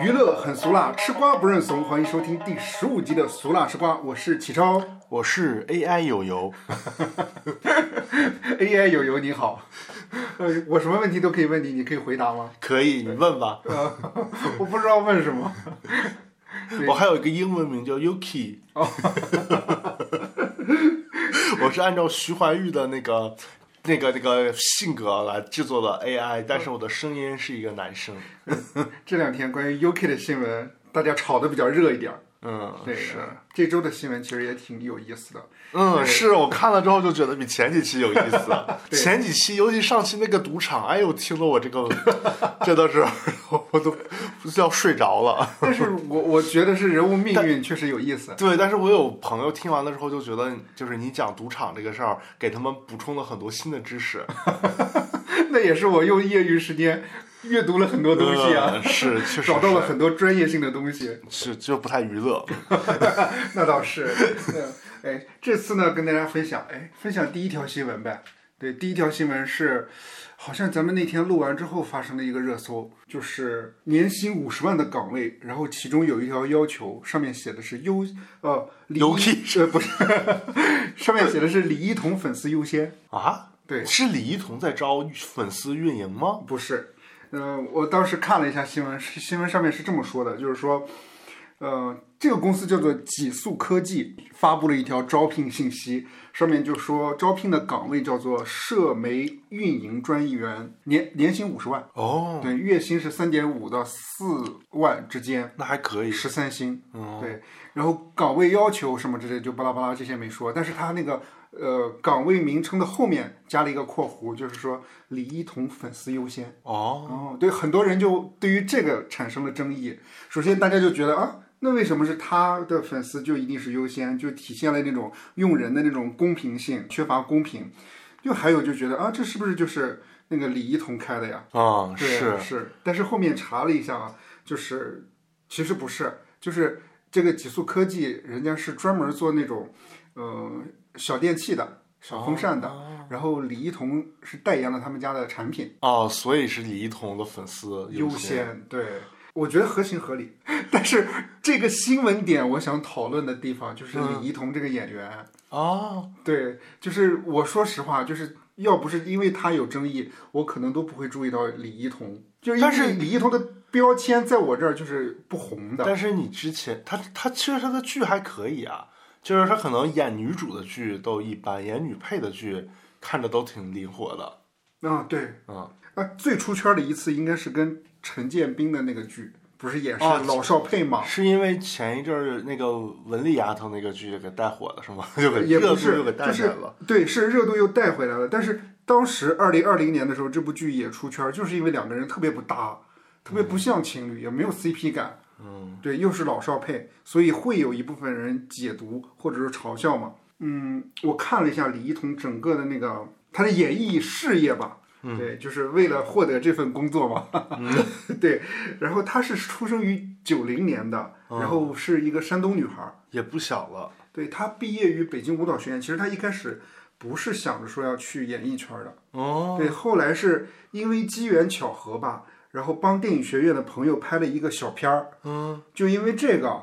娱乐很俗辣，吃瓜不认怂。欢迎收听第十五集的《俗辣吃瓜》，我是启超。 我是 AI 友友， AI 友友你好， 呃，我什么问题都可以问你，你可以回答吗？可以你问吧。我不知道问什么。对我还有一个英文名叫 Yuki，我是按照徐怀钰的那个、那个、那个性格来制作的 AI，但是我的声音是一个男生。 这两天关于 UK 的新闻，大家吵得比较热一点儿。嗯，对，这周的新闻其实也挺有意 思的。嗯，是我看了之后就觉得比前几期有 意思。前几期，尤其上期那个赌场，哎呦，听得我这个真的是 我都要睡着了。但是我我觉得是人物命运确实有意思。对，但是我有朋友听完了之后就觉得，就是你讲赌场这个事儿，给他们补充了很多新的知识。 那也是我用业余时间阅读了很多东西啊，嗯是确实找到了是很多专业性的东西。是就不太娱乐。 那倒是，嗯哎，这次呢跟大家分享，哎，分享第一条新闻呗。对，第一条新闻是，好像咱们那天录完之后发生的一个热搜，就是年薪五十万的岗位，然后其中有一条要求，上面写的是优呃李尤一呃不是， 上面写的是李一桐粉丝优先，啊？对是李一桐在招粉丝运营吗？不是，呃，我当时看了一下新闻，是新闻上面是这么说的，就是说，呃，这个公司叫做几速科技，发布了一条招聘信息，上面就说招聘的岗位叫做社媒运营专员，年年薪五十万，哦，对，月薪是三点五到四万之间，那还可以。十三薪，嗯，对，然后岗位要求什么之类就巴拉巴拉这些没说，但是他那个呃岗位名称的后面加了一个括弧，就是说李一桐粉丝优先。哦，哦，对，很多人就对于这个产生了争议。首先，大家就觉得啊，那为什么是他的粉丝就一定是优先，就体现了那种用人的那种公平性，缺乏公平。就还有就觉得啊，这是不是就是那个李一桐开的呀？啊、哦对是是，但是后面查了一下啊，就是其实不是，就是这个极速科技人家是专门做那种呃小电器的。小风扇的，然后李一桐是代言了他们家的产品，哦，所以是李一桐的粉丝优先。先，对，我觉得合情合理。 但是这个新闻点，我想讨论的地方就是嗯李一桐这个演员，哦，对，就是我说实话，就是要不是因为他有争议，我可能都不会注意到李一桐。就因但是为李一桐的标签在我这儿就是不红的，但是你之前他他其实他的剧还可以啊，就是他可能演女主的剧都一般，演女配的剧看着都挺灵活的。啊，对，嗯，啊，最出圈的一次应该是跟陈建斌的那个剧，不是也是啊老少配嘛，是因为前一阵儿那个文丽丫头那个剧给带火了是吗？ 就给也热不度是又给带就起是来了。对，是热度又带回来了。但是当时二零二零年的时候，这部剧也出圈儿，就是因为两个人特别不搭，特嗯别不像情侣，也没有 CP 感。嗯，对，又是老少配，所以会有一部分人解读或者是嘲笑嘛。嗯，我看了一下李一桐整个的那个他的演艺事业吧。嗯对，就是为了获得这份工作嘛。 对，然后她是出生于九零年的，哦然后是一个山东女孩儿，也不小了。对他毕业于北京舞蹈学院，其实他一开始不是想着说要去演艺圈的，哦，对，后来是因为机缘巧合吧，然后帮电影学院的朋友拍了一个小片儿，嗯，就因为这个，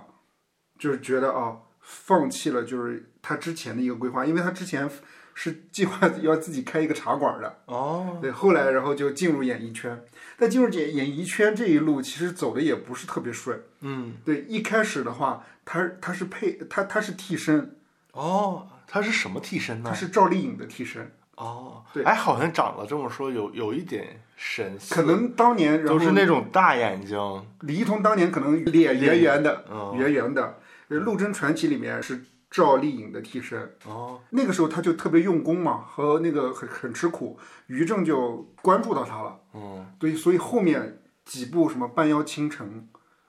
就是觉得啊，放弃了就是他之前的一个规划，因为他之前是计划要自己开一个茶馆的，哦，对，后来然后就进入演艺圈，但进入演演艺圈这一路其实走的也不是特别顺，嗯，对，一开始的话，他他是配他他是替身。哦，他是什么替身他呢？是赵丽颖的替身，哦，对哎，好像长得这么说有有一点神似，可能当年然都后是那种大眼睛，李一桐当年可能脸圆圆的，嗯，圆圆的。呃《陆贞传奇》里面是赵丽颖的替身，哦，那个时候她就特别用功嘛，和那个很很吃苦，于正就关注到她了，嗯，对，所以后面几部什么《半妖倾城》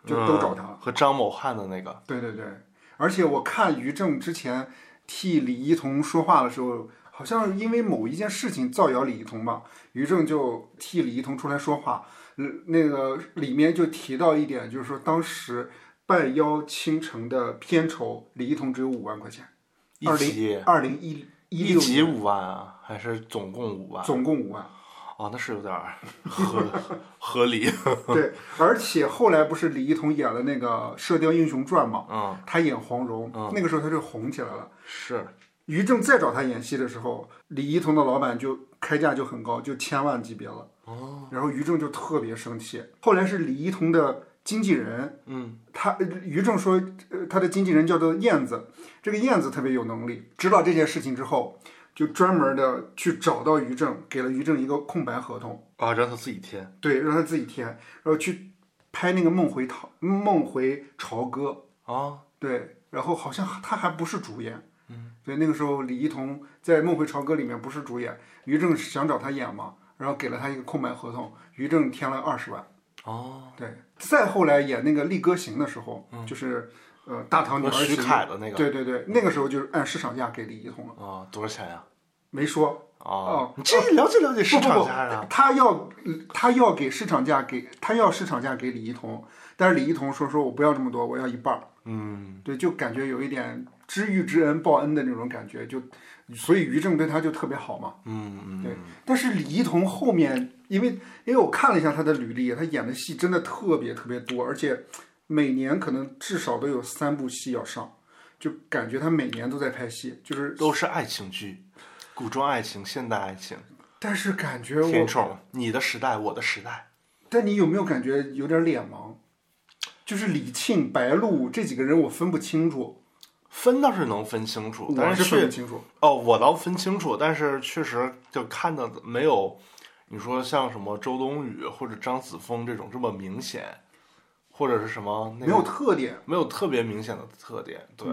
就都找她了。嗯和张某汉的那个，对对对，而且我看于正之前替李一桐说话的时候，好像因为某一件事情造谣李一桐吧，于正就替李一桐出来说话，嗯那个里面就提到一点，就是说当时半妖倾城的片酬，李一桐只有五万块钱，一二零集二零一一一六集五万啊，还是总共五万？总共五万，哦，那是有点 儿合合理，对，而且后来不是李一桐演了那个《射雕英雄传》嘛，嗯，他演黄蓉，那个时候他就红起来了。是，于正再找他演戏的时候，李一桐的老板就开价就很高，就千万级别了。哦，然后于正就特别生气。后来是李一桐的经纪人，嗯，他于正说，呃他的经纪人叫做燕子，这个燕子特别有能力。知道这件事情之后，就专门的去找到于正，给了于正一个空白合同，啊，让他自己填，对，让他自己填，然后去拍那个《梦回朝梦回朝歌》。啊，对，然后好像他还不是主演。嗯，对，那个时候李一桐在《梦回朝歌》里面不是主演，于正想找他演嘛，然后给了他一个空白合同，于正添了二十万。哦，对，再后来演那个《力歌行》的时候，就是呃《大唐女儿那行徐》凯的那个，对对对，那个时候就是按市场价给李一桐了，啊，多少钱呀？没说哦啊，你这了解了解市不不场不价啊，他要他要给市场价给他要市场价给李一桐，但是李一桐说说我不要这么多，我要一半儿。嗯，对，就感觉有一点知遇之恩报恩的那种感觉，就所以于正对他就特别好嘛。嗯对，但是李一桐后面，因为因为我看了一下他的履历，他演的戏真的特别特别多，而且每年可能至少都有三部戏要上，就感觉他每年都在拍戏，就是嗯，都是爱情剧，古装爱情、现代爱情，但是感觉我甜，宠，你的时代，我的时代，但你有没有感觉有点脸盲？就是李沁、白鹿这几个人我分不清楚，分倒是能分清楚，我但是是分不确清楚。哦，我倒分清楚，但是确实就看的没有你说像什么周冬雨或者张子枫这种这么明显，或者是什么、那个、没有特点，没有特别明显的特点，对。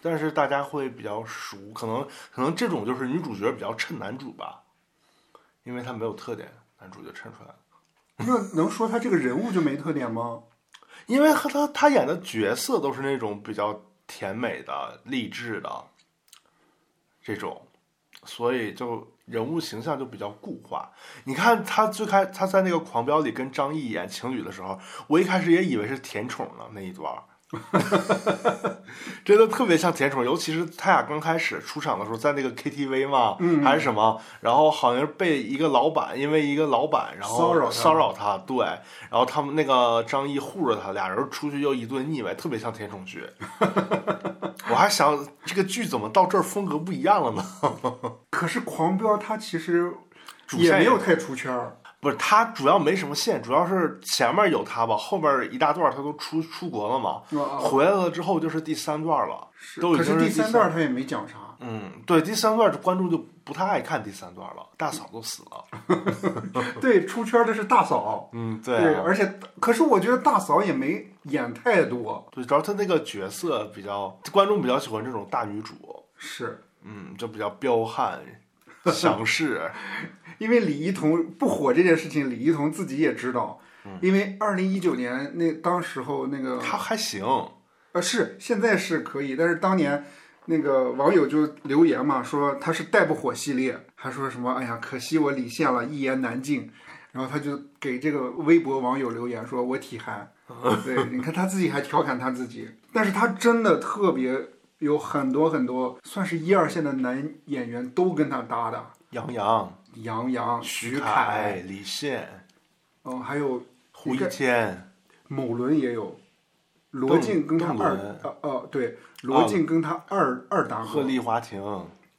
但是大家会比较熟，可能可能这种就是女主角比较衬男主吧，因为她没有特点，男主就衬出来了。那能说他这个人物就没特点吗？因为和她她演的角色都是那种比较甜美的、励志的这种，所以就人物形象就比较固化。你看她最开她在那个《狂飙》里跟张译演情侣的时候，我一开始也以为是甜宠呢那一段儿。 真的特别像甜宠，尤其是他俩刚开始出场的时候，在那个 KTV 嘛，嗯还是什么，然后好像是被一个老板，因为一个老板，然后骚扰他骚扰他，对，然后他们那个张译护着他，俩人出去又一顿腻歪，特别像甜宠剧。 我还想这个剧怎么到这儿风格不一样了呢？可是狂飙它其实主也线没有也太出圈儿，不是，他主要没什么线，主要是前面有他吧，后面一大段他都出出国了嘛，啊回来了之后就是第三段了，是都已可经是是第第三三段他也没讲啥，嗯，对，第三段就观众就不太爱看第三段了，大嫂都死了，对，出圈的是大嫂，嗯，对对，啊，而且可是我觉得大嫂也没演太多，对，主要他那个角色比较，观众比较喜欢这种大女主，是嗯，就比较彪 悍、强势，因为李一桐不火这件事情，李一桐自己也知道，因为二零一九年那当时候那个嗯他还行，呃，是现在是可以，但是当年那个网友就留言嘛，说他是带不火系列，还说什么哎呀，可惜我李现了，一言难尽。然后他就给这个微博网友留言说：“我体 寒。”对，你看他自己还调侃他自己，但是他真的特别有很多很多，算是一二线的男演员都跟他搭的，杨洋、杨洋、徐徐凯，李现、嗯，还有胡一天、某伦也有，罗邓晋跟他邓二伦啊呃呃对，罗晋跟他二、二搭过鹤，唳华亭，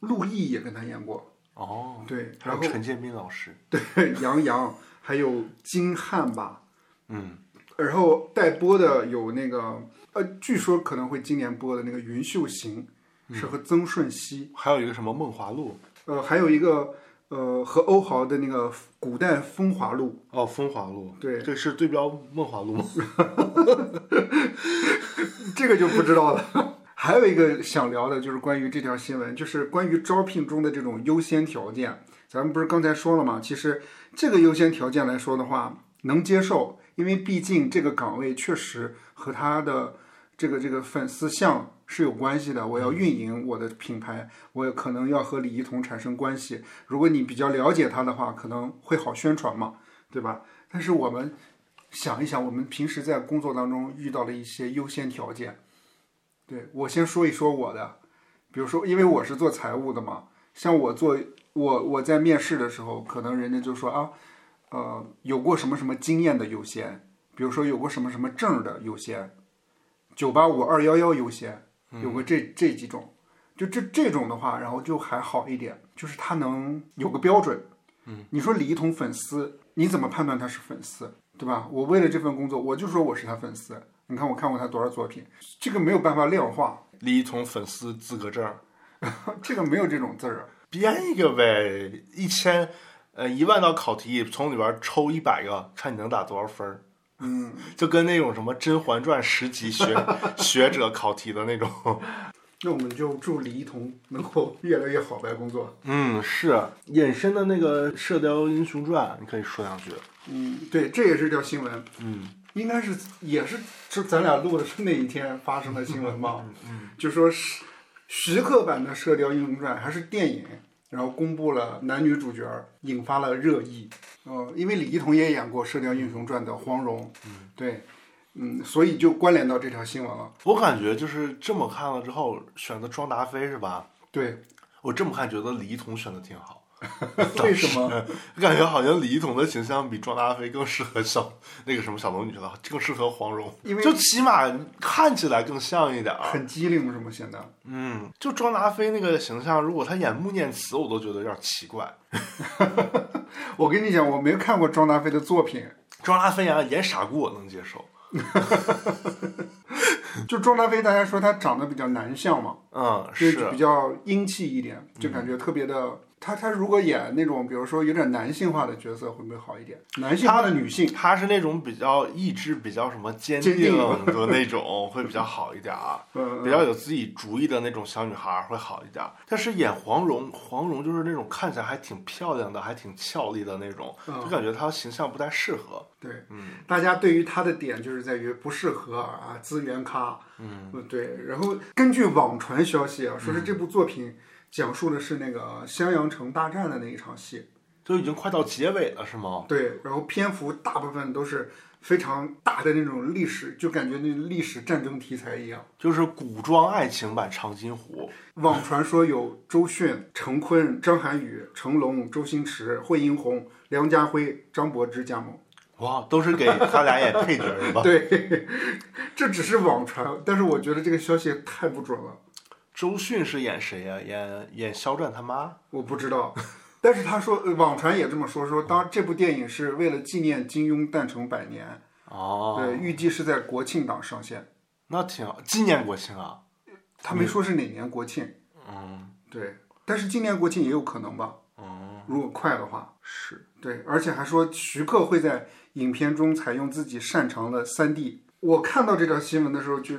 陆毅也跟他演过，哦，对，还然有后陈建斌老师，对杨洋，还有金瀚吧，嗯，然后待播的有那个呃，据说可能会今年播的那个《云秀行》，是和曾舜晞，还有一个什么梦华录，呃，还有一个呃和欧豪的那个古代风华录，哦，风华录，对这是对标梦华录吗？这个就不知道了。 还有一个想聊的就是关于这条新闻，就是关于招聘中的这种优先条件。咱们不是刚才说了吗？其实这个优先条件来说的话，能接受，因为毕竟这个岗位确实和他的这个这个粉丝项是有关系的。我要运营我的品牌，我可能要和李一桐产生关系。如果你比较了解他的话，可能会好宣传嘛，对吧？但是我们想一想，我们平时在工作当中遇到的一些优先条件。对我先说一说我的，比如说，因为我是做财务的嘛，像我做我我在面试的时候，可能人家就说啊，呃，有过什么什么经验的优先，比如说有过什么什么证的优先，九八五二幺幺优先，有过这这几种，就这这种的话，然后就还好一点，就是他能有个标准。嗯，你说李一桐粉丝，你怎么判断他是粉丝，对吧？我为了这份工作，我就说我是他粉丝。你看我看过他多少作品，这个没有办法量化， 李一桐粉丝资格证，这个没有这种字儿啊。编一个呗，一千，呃，一万道考题，从里边抽一百个，看你能打多少分儿。嗯， 就跟那种什么《甄嬛传》十级 学学者考题的那 种。那我们就祝李一桐能够越来越好呗，工作。嗯，是衍生的那个《射雕英雄传》，你可以说两句。嗯，对，这也是条新闻。嗯，应该是也是是咱俩录的是那一天发生的新闻吧？嗯，就说是徐克版的《射雕英雄传》还是电影，然后公布了男女主角，引发了热议。呃，因为李一桐也演过《射雕英雄传》的黄蓉，嗯，对，嗯，所以就关联到这条新闻了。我感觉就是这么看了之后，选择庄达菲是吧？对， 我这么看觉得李一桐选的挺好，为什么？ 感觉好像李一桐的形象比庄达菲更适合小那个什么小龙女了，更适合黄蓉，因为就起码看起来更像一点儿。很机灵，是吗？现在嗯，就庄达菲那个形象，如果她演穆念慈，我都觉得有点奇怪。我跟你讲，我没看过庄达菲的作品，庄达菲演演傻姑我能接受，就庄达菲，大家说他长得比较男相嘛，嗯，就是是比较英气一点，就感嗯觉特别的。他他如果演那种，比如说有点男性化的角色，会不会好一点？男性化的女性，她是那种比较意志比较什么坚坚定定的那种，会比较好一点儿。嗯，比较有自己主意的那种小女孩儿会好一点儿。但是演黄蓉，黄蓉就是那种看起来还挺漂亮的，还挺俏丽的那种，嗯就感觉她形象不太适合。对，嗯，大家对于他的点就是在于不适合啊，资源咖，嗯，对。然后根据网传消息啊，说是这部作品讲述的是那个襄阳城大战的那一场戏，就已经快到结尾了，是吗？对，然后篇幅大部分都是非常大的那种历史，就感觉那历史战争题材一样。就是古装爱情版长津湖，网传说有周迅、陈坤、张涵予、成龙、周星驰、惠英红、梁家辉、张柏芝加盟。哇，都是给他俩演配角儿是吧？对， 这只是网传，但是我觉得这个消息太不准了，周迅是演谁呀、演演肖战他妈？我不知道。但是他说，呃网传也这么说，说当这部电影是为了纪念金庸诞辰百年，哦，对，预计是在国庆档上线。那挺好，纪念国庆啊。他没说是哪年国庆，嗯对，但是今年国庆也有可能吧，嗯，如果快的话。是对，而且还说徐克会在影片中采用自己擅长的三 D。我看到这条新闻的时候，就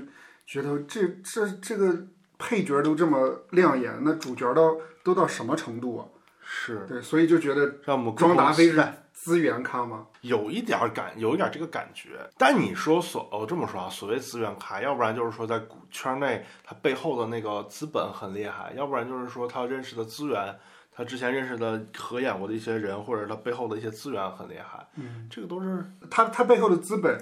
觉得这这这个配角都这么亮眼，那主角到都到什么程度啊？是，对，所以就觉得让我们庄达菲是是资源咖吗？有一点儿感，有一点儿这个感觉。但你说所，哦、这么说啊，所谓资源咖，要不然就是说在股圈内他背后的那个资本很厉害，要不然就是说他认识的资源，他之前认识的合演过的一些人，或者他背后的一些资源很厉害。嗯，这个都是他他背后的资本，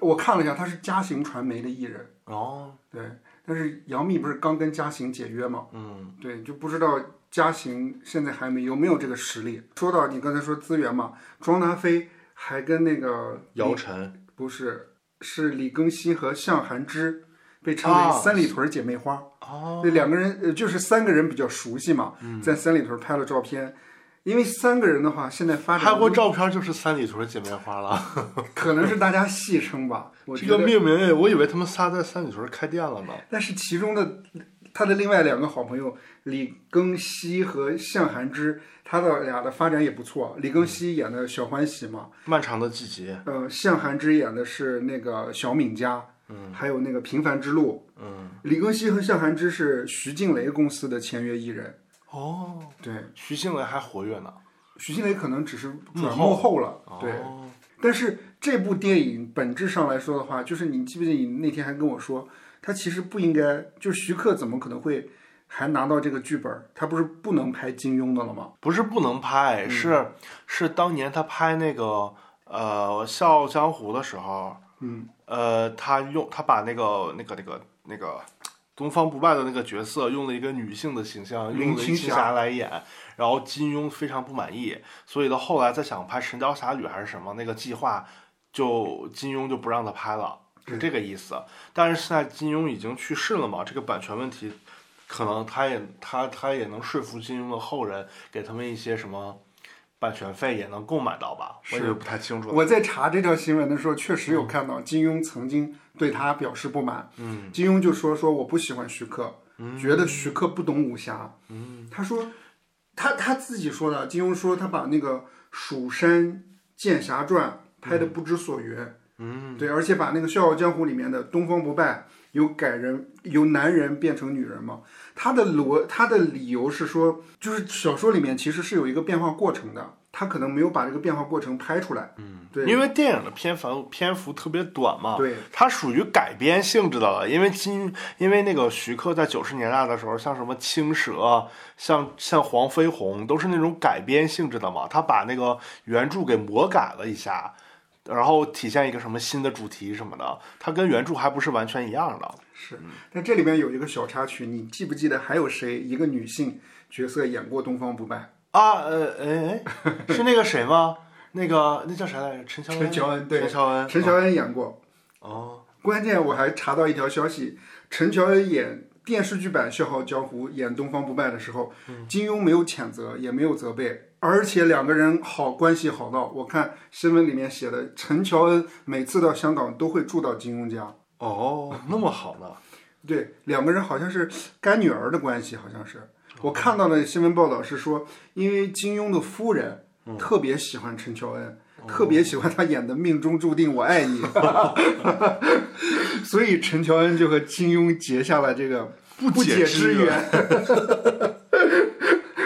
我看了一下，他是嘉行传媒的艺人，哦，对。但是杨幂不是刚跟嘉行解约吗？嗯对，就不知道嘉行现在还没有没有这个实力。说到你刚才说资源嘛，庄达菲还跟那个姚李晨不是是李庚希和向涵之被称为啊三里屯姐妹花，哦，嗯那两个人呃就是三个人比较熟悉嘛，在三里屯拍了照片。因为三个人的话，现在发展拍过照片就是三里屯姐妹花了。可能是大家戏称吧，我嗯这觉个得。命名，我以为他们仨在三里屯开店了呢。但是其中的他的另外两个好朋友李庚希和向涵之，他的俩的发展也不错。李庚嗯希演的小欢喜嘛，漫长的季节，呃，向涵之演的是那个小敏家，嗯，还有那个平凡之路，嗯，李庚希和向涵之是徐静蕾公司的签约艺人。哦，对，徐静蕾还活跃呢。徐静蕾可能只是转幕幕后了，对。哦但是这部电影本质上来说的话，就是你记不记得你那天还跟我说，他其实不应该，就是徐克怎么可能会还拿到这个剧本儿？他不是不能拍金庸的了吗？不是不能拍，嗯是是当年他拍那个呃《笑傲江湖》的时候，嗯，呃，他用他把那个那个那个那个东方不败的那个角色用了一个女性的形象，林用林青青霞霞来演，然后金庸非常不满意，所以到后来再想拍《神雕侠侣》还是什么那个计划，就金庸就不让他拍了，是对这个意思。啊但是现在金庸已经去世了嘛，这个版权问题，可能他也他他也能说服金庸的后人给他们一些什么版权费，也能购买到吧？我也是不太清楚了。我在查这条新闻的时候，确实有看到金庸曾经对他表示不满。嗯，金庸就说：“说我不喜欢徐克，觉得徐克不懂武侠。”嗯，他说，他他自己说的，金庸说他把那个《蜀山剑侠传》拍的不知所云。嗯，对，而且把那个《笑傲江湖》里面的东方不败由改人由男人变成女人嘛，他的逻他的理由是说，就是小说里面其实是有一个变化过程的，他可能没有把这个变化过程拍出来。嗯，对，因为电影的篇幅篇幅特别短嘛，对，它属于改编性质的了。因为金，因为那个徐克在九十年代的时候，像什么《青蛇》，像像《黄飞鸿》，都是那种改编性质的嘛。他把那个原著给魔改了一下，然后体现一个什么新的主题什么的，它跟原著还不是完全一样的。是，但这里面有一个小插曲，你记不记得还有谁一个女性角色演过东方不败？啊，呃，哎，哎是那个谁吗？那个那叫啥来着？陈乔恩。陈乔恩对陈乔恩。陈乔恩演过。哦，关键我还查到一条消息，陈乔恩演电视剧版《笑傲江湖》演东方不败的时候，金庸没有谴责，也没有责备，而且两个人好关系好到，我看新闻里面写的，陈乔恩每次到香港都会住到金庸家。哦，那么好呢。对，两个人好像是干女儿的关系，好像是。我看到的新闻报道是说，因为金庸的夫人特别喜欢陈乔恩，特别喜欢他演的《命中注定我爱 你》，所以陈乔恩就和金庸结下了这个不解之缘。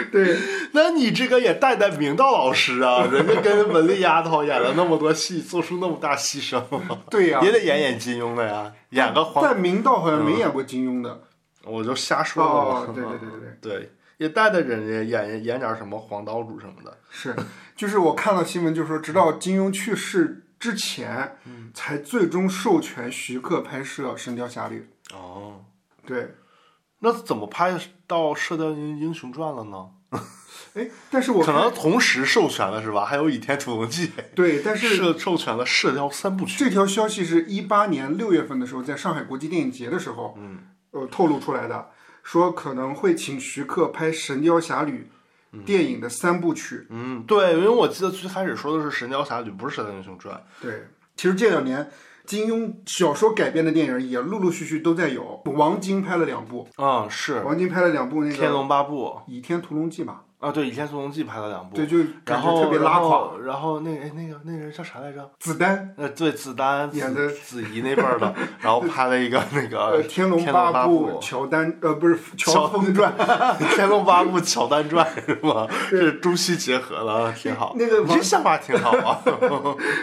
对， 那你这个也带带明道老师 啊，人家跟文丽丫头演了那么多戏，做出那么大牺牲，对呀、也得演演金庸的呀，演个黄，但明道好像没演过金庸的。我就瞎说了哦嘛。，对对对对对，对也带带人家演演点什么黄岛主什么的。是，就是我看到新闻就说，直到金庸去世之前，嗯才最终授权徐克拍摄《神雕侠侣哦，》。对，那怎么拍到《射雕英英雄传》了呢？哎，但是我可看能同时授权了是吧？还有《倚天屠龙记》对，但是授授权了《射雕三部曲》。这条消息是一八年六月份的时候，在上海国际电影节的时候，嗯，呃，透露出来的，说可能会请徐克拍《神雕侠侣》电影的三部曲。嗯，对，因为我记得最开始说的是《神雕侠侣》，不是《射雕英雄传》。对，其实这两年。金庸小说改编的电影也陆陆续续都在有，王晶拍了两部，嗯，是王晶拍了两部那《天个《龙八部》。倚天屠龙记》吧，啊，对，《倚天屠龙记》拍了两部，对，就然感觉后特别拉垮。。然后然后那个哎那个那个人叫啥来着？子丹，呃，对，子丹子演的子怡那辈儿的，然后拍了一个那呃，个《 《天龙天龙八部》部乔丹，呃， 不是《乔峰传》 天龙八部》《乔丹传》是吧？这是中西结合的，挺好。那个你王这想法挺好啊。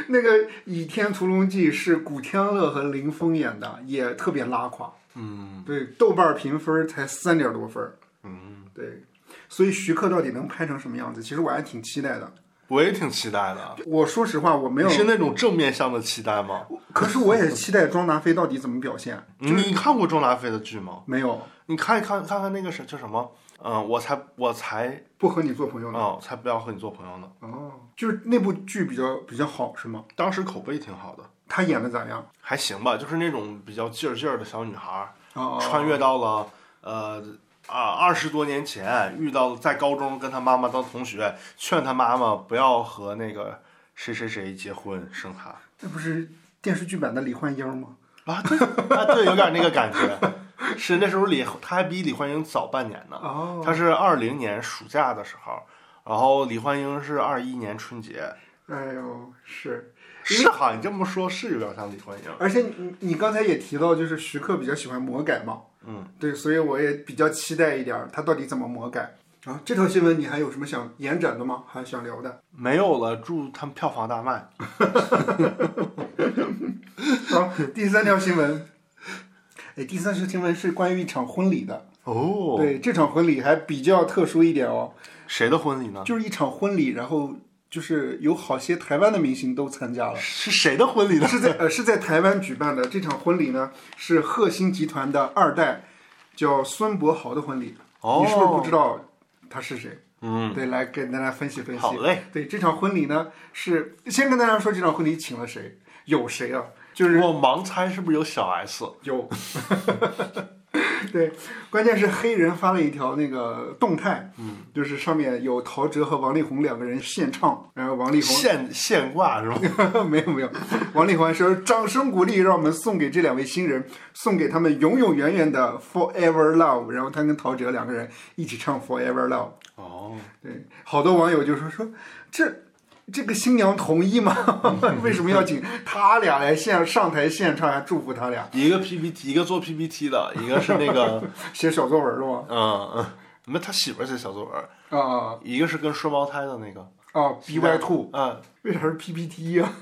那个《倚天屠龙记》是古天乐和林峰演的，也特别拉垮。嗯，对，豆瓣评分才三点多分。嗯，对，所以徐克到底能拍成什么样子？其实我还挺期待的。我也挺期待的。我说实话，我没有你，是那种正面向的期待吗？可是我也期待庄达菲到底怎么表现。你你看过周达菲的剧吗？没有，你看一看看看那个是叫什么？嗯，我才我才不和你做朋友了。嗯才不要和你做朋友呢。哦，就是那部剧比较比较好是吗？当时口碑挺好的，他演的咋样？还行吧，就是那种比较劲儿劲儿的小女孩儿，哦，穿越到了呃啊二十多年前，遇到了在高中跟他妈妈当同学，劝他妈妈不要和那个谁谁谁结婚生他那不是电视剧版的李焕英吗？啊，对 啊对，有点那个感觉。是那时候李他还比李焕英早半年呢，哦，他是二零年暑假的时候，然后李焕英是二一年春节，哎呦，是，是哈，你这么说是有点像李焕英。而且你你刚才也提到，就是徐克比较喜欢魔改嘛，嗯，对，所以我也比较期待一点儿，他到底怎么魔改。啊，这条新闻你还有什么想延展的吗？还想聊的？没有了，祝他们票房大卖。好，啊第三条新闻，哎，第三条新闻是关于一场婚礼的。哦，对，这场婚礼还比较特殊一点哦，谁的婚礼呢？就是一场婚礼，然后就是有好些台湾的明星都参加了。是谁的婚礼呢？是在呃是在台湾举办的这场婚礼呢，是贺新集团的二代叫孙伯豪的婚礼，哦，你是不是不知道他是谁？嗯，对，来给大家分析分析。好嘞，对这场婚礼呢，是先跟大家说这场婚礼请了谁，有谁啊？就是我盲猜是不是有小 S？有， 对，关键是黑人发了一条那个动态，嗯，就是上面有陶喆和王力宏两个人献唱，然后王力宏现现挂 是 吧？没有没有，王力宏还说：“掌声鼓励，让我们送给这两位新人，送给他们永永远远的 Forever Love。”然后他跟陶喆两个人一起唱 Forever Love。哦，对，好多网友就说说这这个新娘同意吗？ 为什么要请他俩来现上台献唱，还祝福他俩一个 PPT，一个做 PPT 的，一个是那 个，写小作文了吗？嗯嗯，那他媳妇儿写小作文，啊一个是跟双胞胎的那个，啊，B Y Two，嗯，为啥是 P P T 啊呀？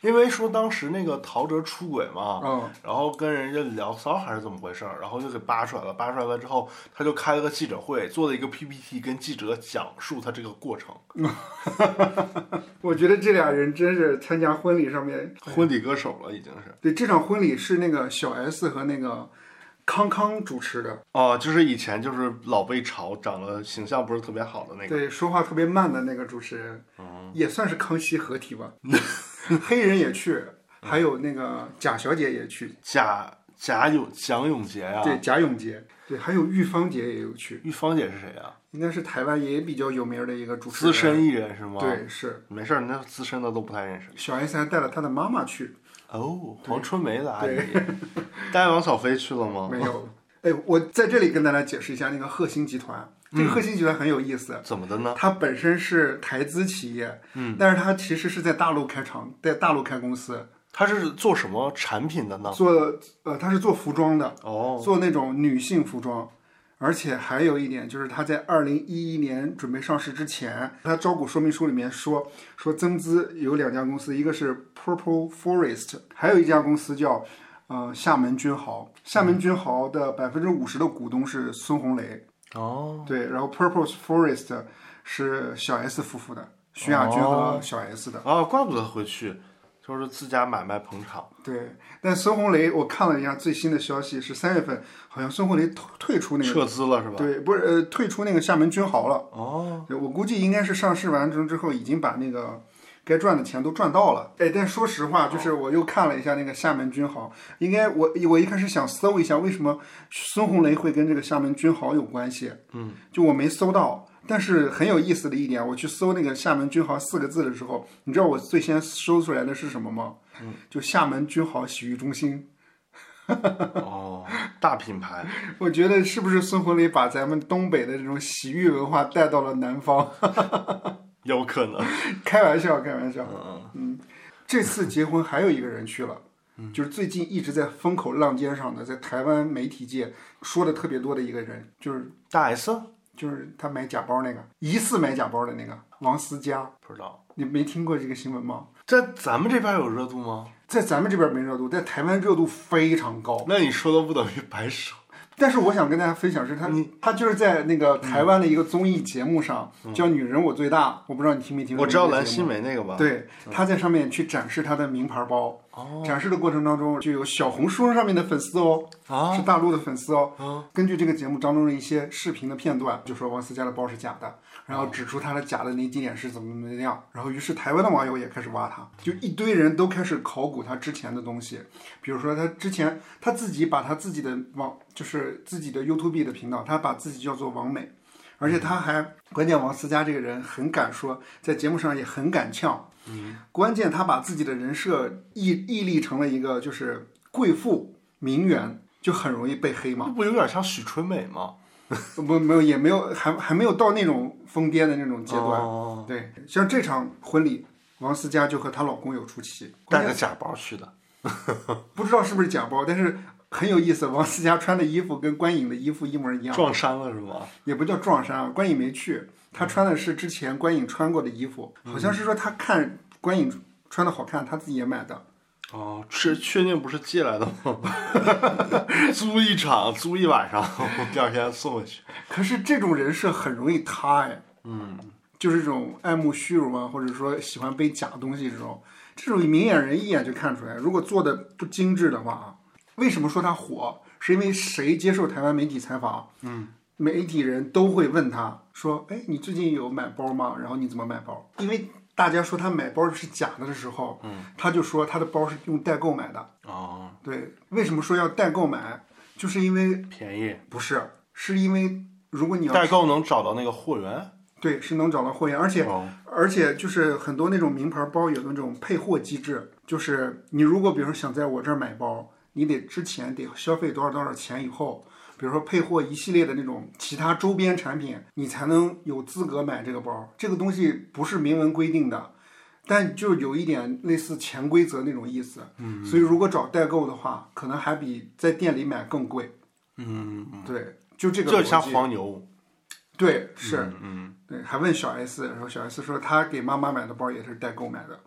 因为说当时那个陶喆出轨嘛，啊然后跟人家聊骚还是怎么回事儿，然后就给扒出来了。扒出来了之后，他就开了个记者会，做了一个 PPT，跟记者讲述他这个过程。我觉得这俩人真是参加婚礼上面婚礼歌手了，已经是对，这场婚礼是那个小 S 和那个康康主持的，哦，就是以前就是老被嘲，长得形象不是特别好的那个。哦对，说话特别慢的那个主持人，也算是康熙合体吧。 黑人也去，还有那个贾小姐也去，贾贾永蒋永杰呀、对，贾永杰，对，还有玉芳姐也有去，玉芳姐是谁呀、应该是台湾也比较有名的一个主持资人。深艺人是吗？，对，是没事儿，那资深的都不太认识。小 S 还带了她的妈妈去，哦，黄春梅的阿姨，带王小飞去了吗？没有。哎，我在这里跟大家解释一下那个鹤兴集团，嗯这个鹤兴集团很有意思，怎么的呢？它本身是台资企业，嗯，但是它其实是在大陆开厂，在大陆开公司，他是做什么产品的呢？做呃，它是做服装的，哦，做那种女性服装。而且还有一点就是，它在二零一一年准备上市之前，它招股说明书里面说说增资有两家公司，一个是 Purple Forest，还有一家公司叫呃厦门君豪。厦嗯门君豪的百分之五十的股东是孙红雷，哦，对，然后 Purple Forest 是小 S 夫妇的，徐亚哦军和小 S 的。啊，怪不得会去，就是自家买卖捧场。对，但孙红雷我看了一下最新的消息是三月份，好像孙红雷退退出那个撤资了是吧？对，不是呃，退出那个厦门君豪了。哦，对我估计应该是上市完成之后，已经把那个该赚的钱都赚到了。哎，但说实话，哦就是我又看了一下那个厦门君豪，应该我我一开始想搜一下为什么孙红雷会跟这个厦门君豪有关系，嗯，就我没搜到。但是很有意思的一点，我去搜那个厦门君豪四个字的时候，你知道我最先搜出来的是什么吗？嗯，就厦门君豪洗浴中心。哦，大品牌， 我觉得是不是孙红雷把咱们东北的这种洗浴文化带到了南方？有可能。开玩笑，开玩笑。嗯这次结婚还有一个人去了，就是最近一直在风口浪尖上的，在台湾媒体界说的特别多的一个人，就是大 S 就是他买假包那个，疑似买假包的那个王思佳，不知道，你没听过这个新闻吗？在咱们这边有热度吗？在咱们这边没热度，在台湾热度非常高。那你说的不等于白说。但是我想跟大家分享是他，嗯他就是在那个台湾的一个综艺节目上，叫《女人我最大》，我不知道你听没听过嗯我这知个节道目。蓝心湄那个吧？，嗯对，他在上面去展示他的名牌包。哦展示的过程当中，就有小红书上面的粉丝哦，啊是大陆的粉丝哦。根据这个节目当中的一些视频的片段，就说王思佳的包是假的，然啊后指出他的假的那几点是怎么怎么样。然后，于是台湾的网友也开始挖他，就一堆人都开始考古他之前的东西，比如说他之前他自己把他自己的网，就是自己的 YouTube 的频道，他把自己叫做王美。而且他还关键，王思佳这个人很敢说，在节目上也很敢呛。嗯，关键他把自己的人设屹屹立成了一个就是贵妇名媛，就很容易被黑嘛那。不有点像许纯美吗？ 不，没有，也没有，还还没有到那种疯癫的那种阶段。哦，对，像这场婚礼，王思佳就和她老公有出席，带着假包去的。不知道是不是假包，但是很有意思。王思佳穿的衣服跟关颖的衣服一模一样，撞衫了是吗？也不叫撞衫啊，关颖没去，她穿的是之前关颖穿过的衣服，好像是说她看关颖穿的好看，她自己也买的。哦，确确定不是借来的吗？ 租一场，租一晚上， 第二天送回去。可是这种人设很容易塌哎，嗯，就是这种爱慕虚荣啊，或者说喜欢背假东西这种，这种明眼人一眼就看出来，如果做的不精致的话啊，为什么说他火？是因为谁接受台湾媒体采访，嗯，媒体人都会问他说：“哎，你最近有买包吗？然后你怎么买包？”因为大家说他买包是假的的时候，嗯，他就说他的包是用代购买的。哦，对，为什么说要代购买？就是因为便宜，不是，是因为如果你要代购能找到那个货源，对是能找到货源，而且哦而且就是很多那种名牌包有那种配货机制，就是你如果比如说想在我这儿买包，你得之前得消费多少多少钱以后，比如说配货一系列的那种其他周边产品，你才能有资格买这个包。这个东西不是明文规定的，但就有一点类似潜规则那种意思。嗯，所以如果找代购的话，可能还比在店里买更贵。嗯，对，就这个就逻像辑黄牛，对，是，嗯，对，还问小 S，然后小 S 说她给妈妈买的包也是代购买的，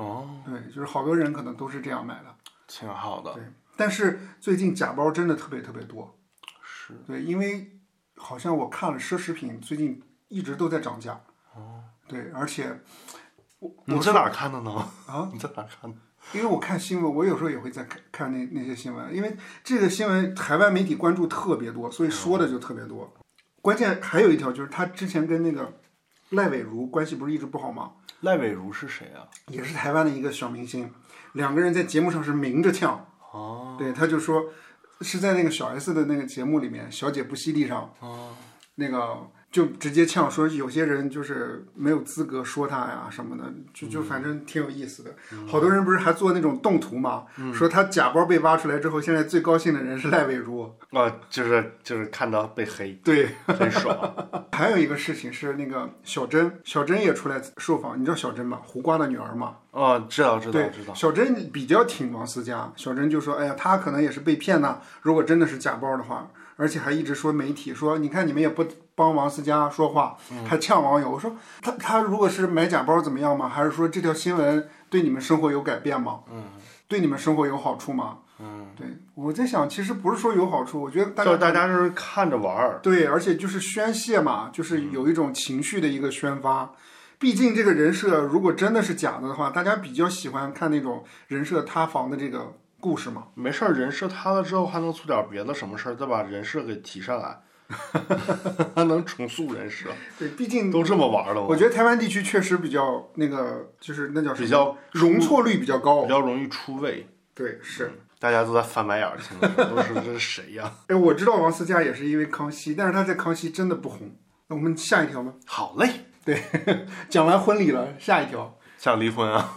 哦，对，就是好多人可能都是这样买的，挺好的，对。但是最近假包真的特别特别多，是，对，因为好像我看了奢侈品最近一直都在涨价，哦，对，而且我你我在哪儿看的呢？啊， 你在哪儿看的？因为我看新闻，我有时候也会在看看那那些新闻，因为这个新闻台湾媒体关注特别多，所哦以说的就特别多。关键还有一条就是他之前跟那个赖伟如关系不是一直不好吗？赖伟如是谁啊？也是台湾的一个小明星，两个人在节目上是明着呛，哦，对，他就说是在那个小 S 的那个节目里面，《小姐不犀利》上，哦，那个就直接呛说有些人就是没有资格说他呀什么的，就嗯就反正挺有意思的。好多人不是还做那种动图嘛，嗯说他假包被挖出来之后，现在最高兴的人是赖伟如。啊，就是就是看到被黑，对， 很爽。还有一个事情是那个小珍，小珍也出来受访，你知道小珍吧？胡瓜的女儿嘛。哦，知道知道对知道，，小珍比较挺王思佳，小珍就说：“哎呀，她可能也是被骗呐、如果真的是假包的话，而且还一直说媒体说，你看你们也不帮王思佳说话，还呛网友。”我说：“她她如果是买假包怎么样吗？还是说这条新闻对你们生活有改变吗？嗯，对你们生活有好处吗？嗯，对，我在想，其实不是说有好处，我觉得大就是家大家就是看着玩儿，对，而且就是宣泄嘛，嗯就是有一种情绪的一个宣发。毕竟这个人设如果真的是假的的话，大家比较喜欢看那种人设塌房的这个故事嘛。没事儿，人设塌了之后还能做点别的什么事儿，再把人设给提上来， 还能重塑人设，对，毕竟都这么玩儿了，我觉得台湾地区确实比较那个，就是那叫什么比较容错率比较高比。较容易出位，对，是。 大家都在翻白眼儿，听的时候都是这是谁呀？哎，我知道王思佳也是因为康熙，但是她在康熙真的不红。那我们下一条吧。 好嘞，讲完婚礼了，下一条，想离婚啊？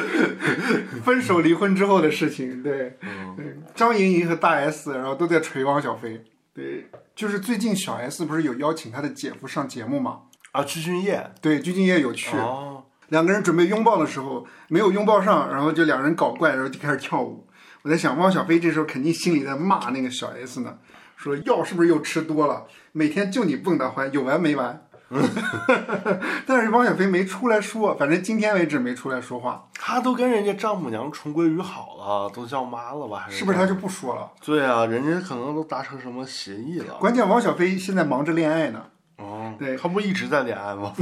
分手离婚之后的事情。对。对，张莹莹和大 S，然后都在锤汪小菲。对，就是最近小 S 不是有邀请她的姐夫上节目嘛？啊，鞠婧祎对，鞠婧祎有去，哦，两个人准备拥抱的时候没有拥抱上，然后就两人搞怪，然后就开始跳舞。我在想，汪小菲这时候肯定心里在骂那个小 S 呢，说药是不是又吃多了？每天就你蹦跶欢，有完没完？ 但是汪小菲没出来说，反正今天为止没出来说话，他都跟人家丈母娘重归于好了，都叫妈了吧？还是不是他就不说了？对啊，人家可能都达成什么协议了。关键汪小菲现在忙着恋爱呢，哦，对他不一直在恋爱吗？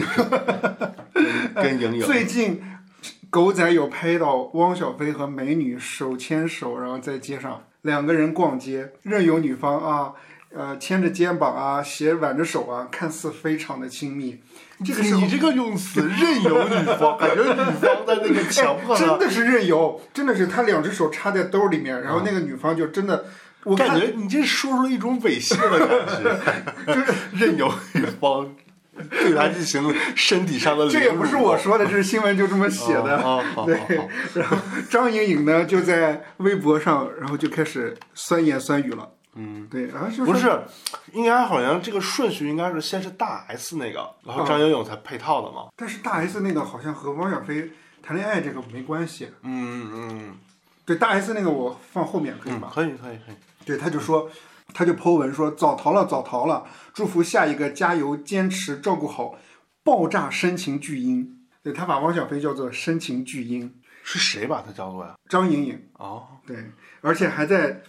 跟莹 莹最近狗仔有拍到汪小菲和美女手牵手，然后在街上两个人逛街，任由女方啊，呃，牵着肩膀啊，斜挽着手啊，看似非常的亲密。这个时候你这个用词任由女方，感觉女方在那个强迫真他。的是任由，真的是他两只手插在兜里面，然后那个女方就真的，我我啊感看觉你这说出了一种猥亵的感 觉，就是任由女方对他进行身体上的这也不是我说的，这是新闻就这么写的。啊， 哦好好对好，然后嗯张莹莹呢就在微博上，然后就开始酸言酸语了。嗯，对，然后就不是，应该好像这个顺序应该是先是大 S 那个，然后张莹莹才配套的嘛。但是大 S 那个好像和汪小菲谈恋爱这个没关系。嗯嗯对大 S 那个我放后面可以嗯，吧？可以可以可以。对，他就说，他就 Po 文说早逃了，早逃了，祝福下一个加油，坚持照顾好，爆炸深情巨婴。对他把汪小菲叫做深情巨婴，是谁把他叫做呀？张莹莹哦，对，而且还在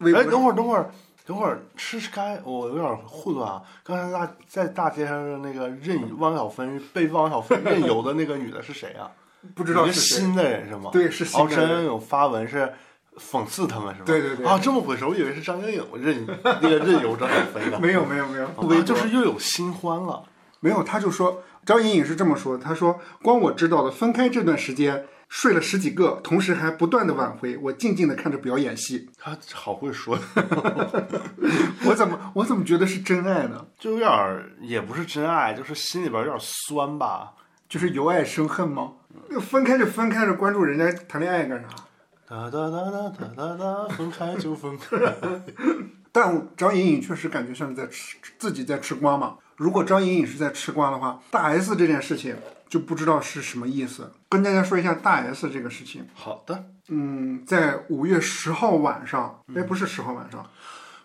微哎，博等会儿，等会儿，等会儿，是是该我有点混乱啊。刚才大在大街上的那个任汪小菲被汪 小菲任由的那个女的是谁啊？不知道一个是谁，新的人是吗？对是新哦，的张人莹有发文是讽刺他们是吧？对对对啊，这么回事，我以为是张靓颖任那个任由张小飞 的，没有没有没有，不为就是又有新欢了。没有，他就说张颖颖是这么说，他说光我知道的，分开这段时间睡了十几个，同时还不断的挽回，我静静的看着表演戏， 他好会说，我怎么我怎么觉得是真爱呢？就有点儿也不是真爱，就是心里边有点酸吧。就是由爱生恨吗？那分开就分开着，关注人家谈恋爱干啥？哒哒哒哒哒哒哒，分开就分开。 但张颖颖确实感觉像是在吃自己在吃瓜嘛。如果张颖颖是在吃瓜的话，大 S 这件事情就不知道是什么意思。跟大家说一下大 S 这个事情，好的，嗯，在五月十号晚上，哎，不是十号晚上，嗯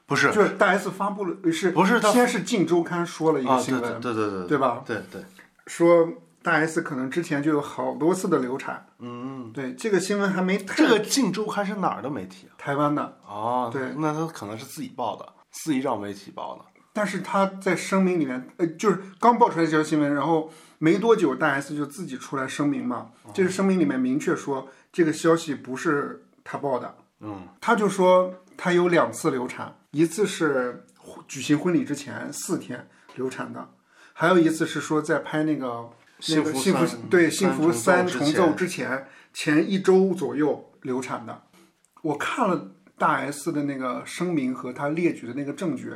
不是就是大 S 发布了，是不是他先是《镜周刊》说了一个啊，对新对闻，对对对对吧？对对，说大 S 可能之前就有好多次的流产，嗯，对，这个新闻还没太这个《镜周刊》是哪儿的媒体啊？台湾的，哦，对，那他可能是自己报的，自己找媒体报的。但是他在声明里面，呃，就是刚爆出来这条新闻，然后没多久，大 S 就自己出来声明嘛。这个声明里面明确说，这个消息不是他报的。嗯，他就说他有两次流产，一次是举行婚礼之前四天流产的，还有一次是说在拍那个那个幸幸福福三对三幸福重奏三之重奏之前前一周左右流产的。我看了大 S 的那个声明和他列举的那个证据，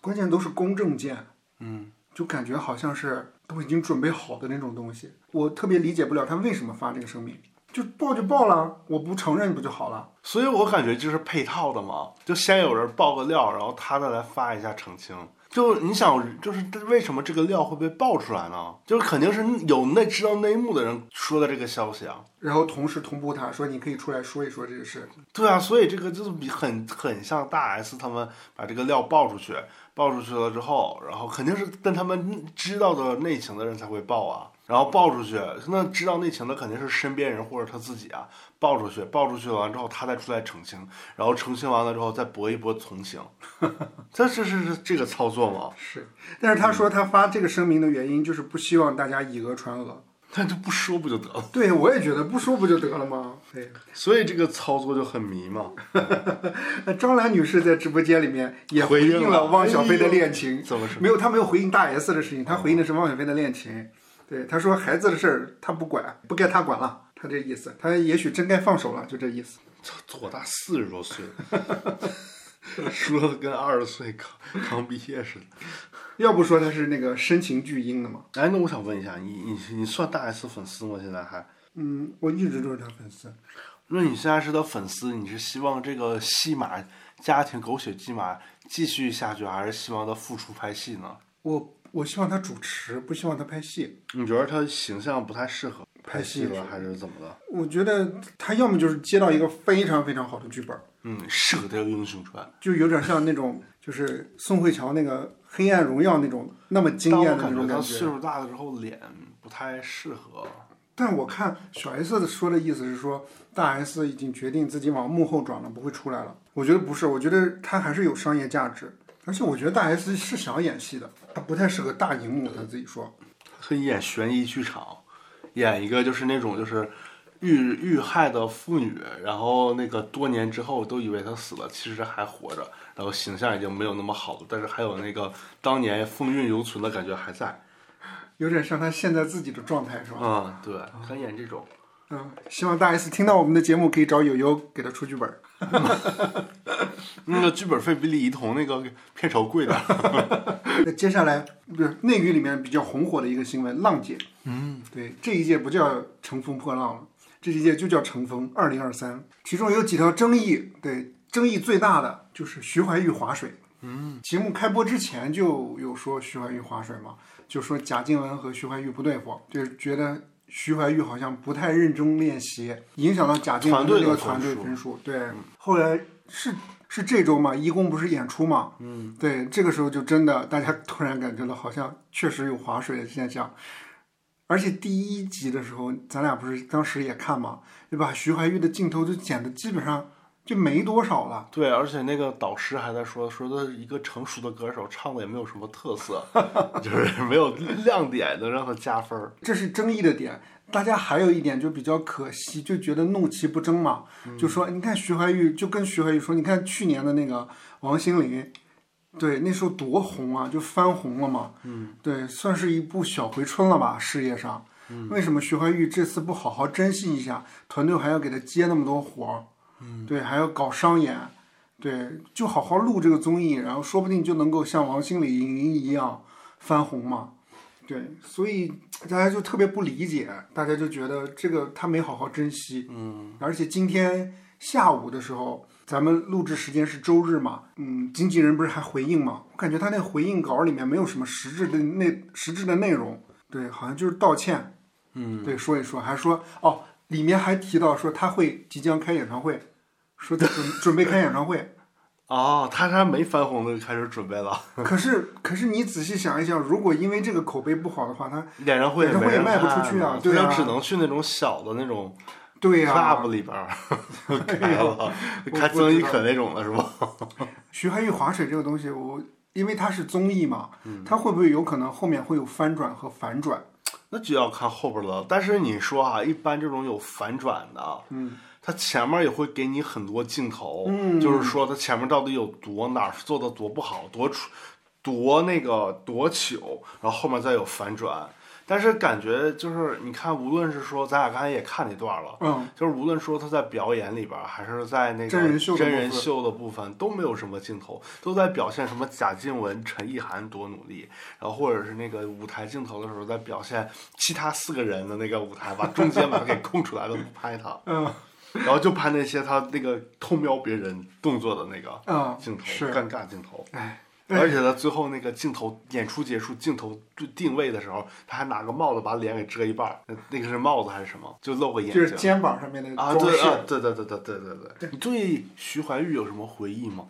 关键都是公证件，嗯，就感觉好像是都已经准备好的那种东西。我特别理解不了他为什么发这个声明，就报就报了，我不承认不就好了？所以我感觉就是配套的嘛，就先有人爆个料，然后他再来发一下澄清。就你想，就是为什么这个料会被爆出来呢？就是肯定是有内知道内幕的人说的这个消息啊。然后同时同步他说你可以出来说一说这个事，对啊，所以这个就是比很很像大 S 他们把这个料爆出去，爆出去了之后，然后肯定是跟他们知道的内情的人才会爆啊。然后爆出去，那知道内情的肯定是身边人或者他自己啊。爆出去，爆出去完之后，他再出来澄清，然后澄清完了之后再搏一搏从 轻，这这是是这个操作吗？ 是，但是他说他发这个声明的原因就是不希望大家以讹传讹。那就不说不就得了？对，我也觉得不说不就得了吗？对，所以这个操作就很迷茫。那张兰女士在直播间里面也回应应了了汪小菲的恋哎情呦，怎么 说没有，她没有回应大 S 的事情，她回应的是汪小菲的恋情。对，她说孩子的事儿她不管，不该她管了，她这意思，她也许真该放手了，就这意思。操我大四十多岁了，说的跟二十岁刚刚毕业似的。要不说她是那个深情巨婴的嘛？哎，那我想问一下，你你你算大 S 粉丝吗？现在还？嗯，我一直都是她粉丝。那你现在是他粉丝，你是希望这个戏码家庭狗血戏码继续下去，还是希望他复出拍戏呢？我我希望她主持，不希望她拍戏。你觉得他形象不太适合拍戏了，是还是怎么的？我觉得她要么就是接到一个非常非常好的剧本儿，嗯，适合他英雄传，就有点像那种就是宋慧乔那个《黑暗荣耀》那种那么惊但我艳的那感种觉感他觉岁。数大了之后脸不太适合。但我看小 S 的说的意思是说，大 S 已经决定自己往幕后转了，不会出来了。我觉得不是，我觉得她还是有商业价值，而且我觉得大 S 是想演戏的，她不太适合大荧幕，她自己说。可以演悬疑剧场，演一个就是那种就是遇遇害的妇女，然后那个多年之后都以为她死了，其实还活着，然后形象已经没有那么好了，但是还有那个当年风韵犹存的感觉还在。有点像她现在自己的状态是吧？嗯，对，可以演这种。嗯，希望大 S 听到我们的节目，可以找友友给她出剧本。那个剧本费比李一桐那个片酬贵的。那接下来不是内娱里面比较红火的一个新闻，浪姐。嗯，对，这一届不叫乘风破浪了，这一届就叫乘风二零二三。其中有几条争议，对，争议最大的就是徐怀钰划水。嗯，节目开播之前就有说徐怀钰划水嘛，就说贾静雯和徐怀钰不对付，就是觉得。徐怀钰好像不太认真练习，影响到贾静雯团队这的个分团队数分数。对，后来是是这周嘛，一公不是演出嘛，嗯，对，这个时候就真的大家突然感觉到好像确实有划水的现象，而且第一集的时候，咱俩不是当时也看嘛，就把徐怀钰的镜头就剪的基本上就没多少了。对，而且那个导师还在说，说他是一个成熟的歌手，唱的也没有什么特色， 就是没有亮点能让他加分儿。这是争议的点。大家还有一点就比较可惜，就觉得弄其不争嘛，就说你看徐怀钰，就跟徐怀钰说，你看去年的那个王心凌，对，那时候多红啊，就翻红了嘛，嗯，对，算是一部小回春了吧，事业上。为什么徐怀钰这次不好好珍惜一下？团队还要给他接那么多活儿，嗯，对，还要搞商演，对，就好好录这个综艺，然后说不定就能够像王心凌一样翻红嘛。对，所以大家就特别不理解，大家就觉得这个他没好好珍惜。嗯，而且今天下午的时候，咱们录制时间是周日嘛，嗯，经纪人不是还回应嘛？我感觉他那回应稿里面没有什么实质的内实质的内容，对，好像就是道歉。嗯，对，说一说，还说哦，里面还提到说他会即将开演唱会，说准准备开演唱会。 哦，他还没翻红呢，就开始准备了，可是可是你仔细想一想，如果因为这个口碑不好的话，他演唱会演唱会也也没人卖不看出去啊呢对啊他只能去那种小的那种对啊呀、 club 里 边儿开了，开我曾轶可那种的是吧？ 徐怀钰划水这个东西，我因为它是综艺嘛，嗯它会不会有可能后面会有翻转和反转？那就要看后边了。但是你说啊，一般这种有反转的，嗯，它前面也会给你很多镜头，嗯，就是说它前面到底有多哪儿做的多不好，多出多那个多糗，然后后面再有反转。但是感觉就是，你看，无论是说咱俩刚才也看那段了，嗯，就是无论说他在表演里边儿，还是在那个真人秀的部分真人秀的部分，都没有什么镜头，都在表现什么贾静雯、陈意涵多努力，然后或者是那个舞台镜头的时候，在表现其他四个人的那个舞台，把中间把它给空出来了，不拍他， 嗯然后就拍那些他那个偷瞄别人动作的那个嗯，镜头，是，尴尬镜头。哎，而且他最后那个镜头演出结束，镜头就定位的时候，他还拿个帽子把脸给遮一半儿，那那个是帽子还是什么？就露个眼就是睛。肩膀上面的啊，装对饰，啊，对对对对对对对，你对徐怀钰有什么回忆吗？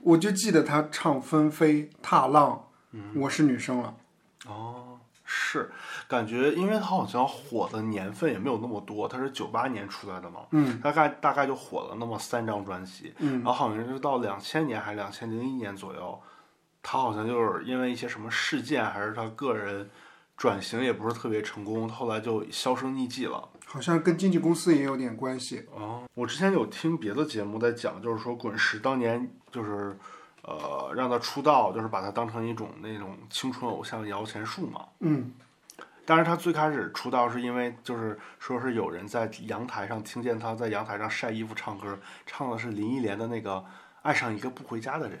我就记得他唱《纷飞》《踏浪》，嗯我是女生了，哦，是，感觉因为他好像火的年份也没有那么多，他是九八年出来的嘛，嗯，大概大概就火了那么三张专辑，嗯然后好像是到两千年还是两千零一年左右，他好像就是因为一些什么事件，还是他个人转型也不是特别成功，后来就销声匿迹了。好像跟经纪公司也有点关系。哦，我之前有听别的节目在讲，就是说滚石当年就是，呃，让他出道，就是把他当成一种那种青春偶像摇钱树嘛。嗯，但是他最开始出道是因为就是说是有人在阳台上听见他在阳台上晒衣服唱歌，唱的是林忆莲的那个《爱上一个不回家的人》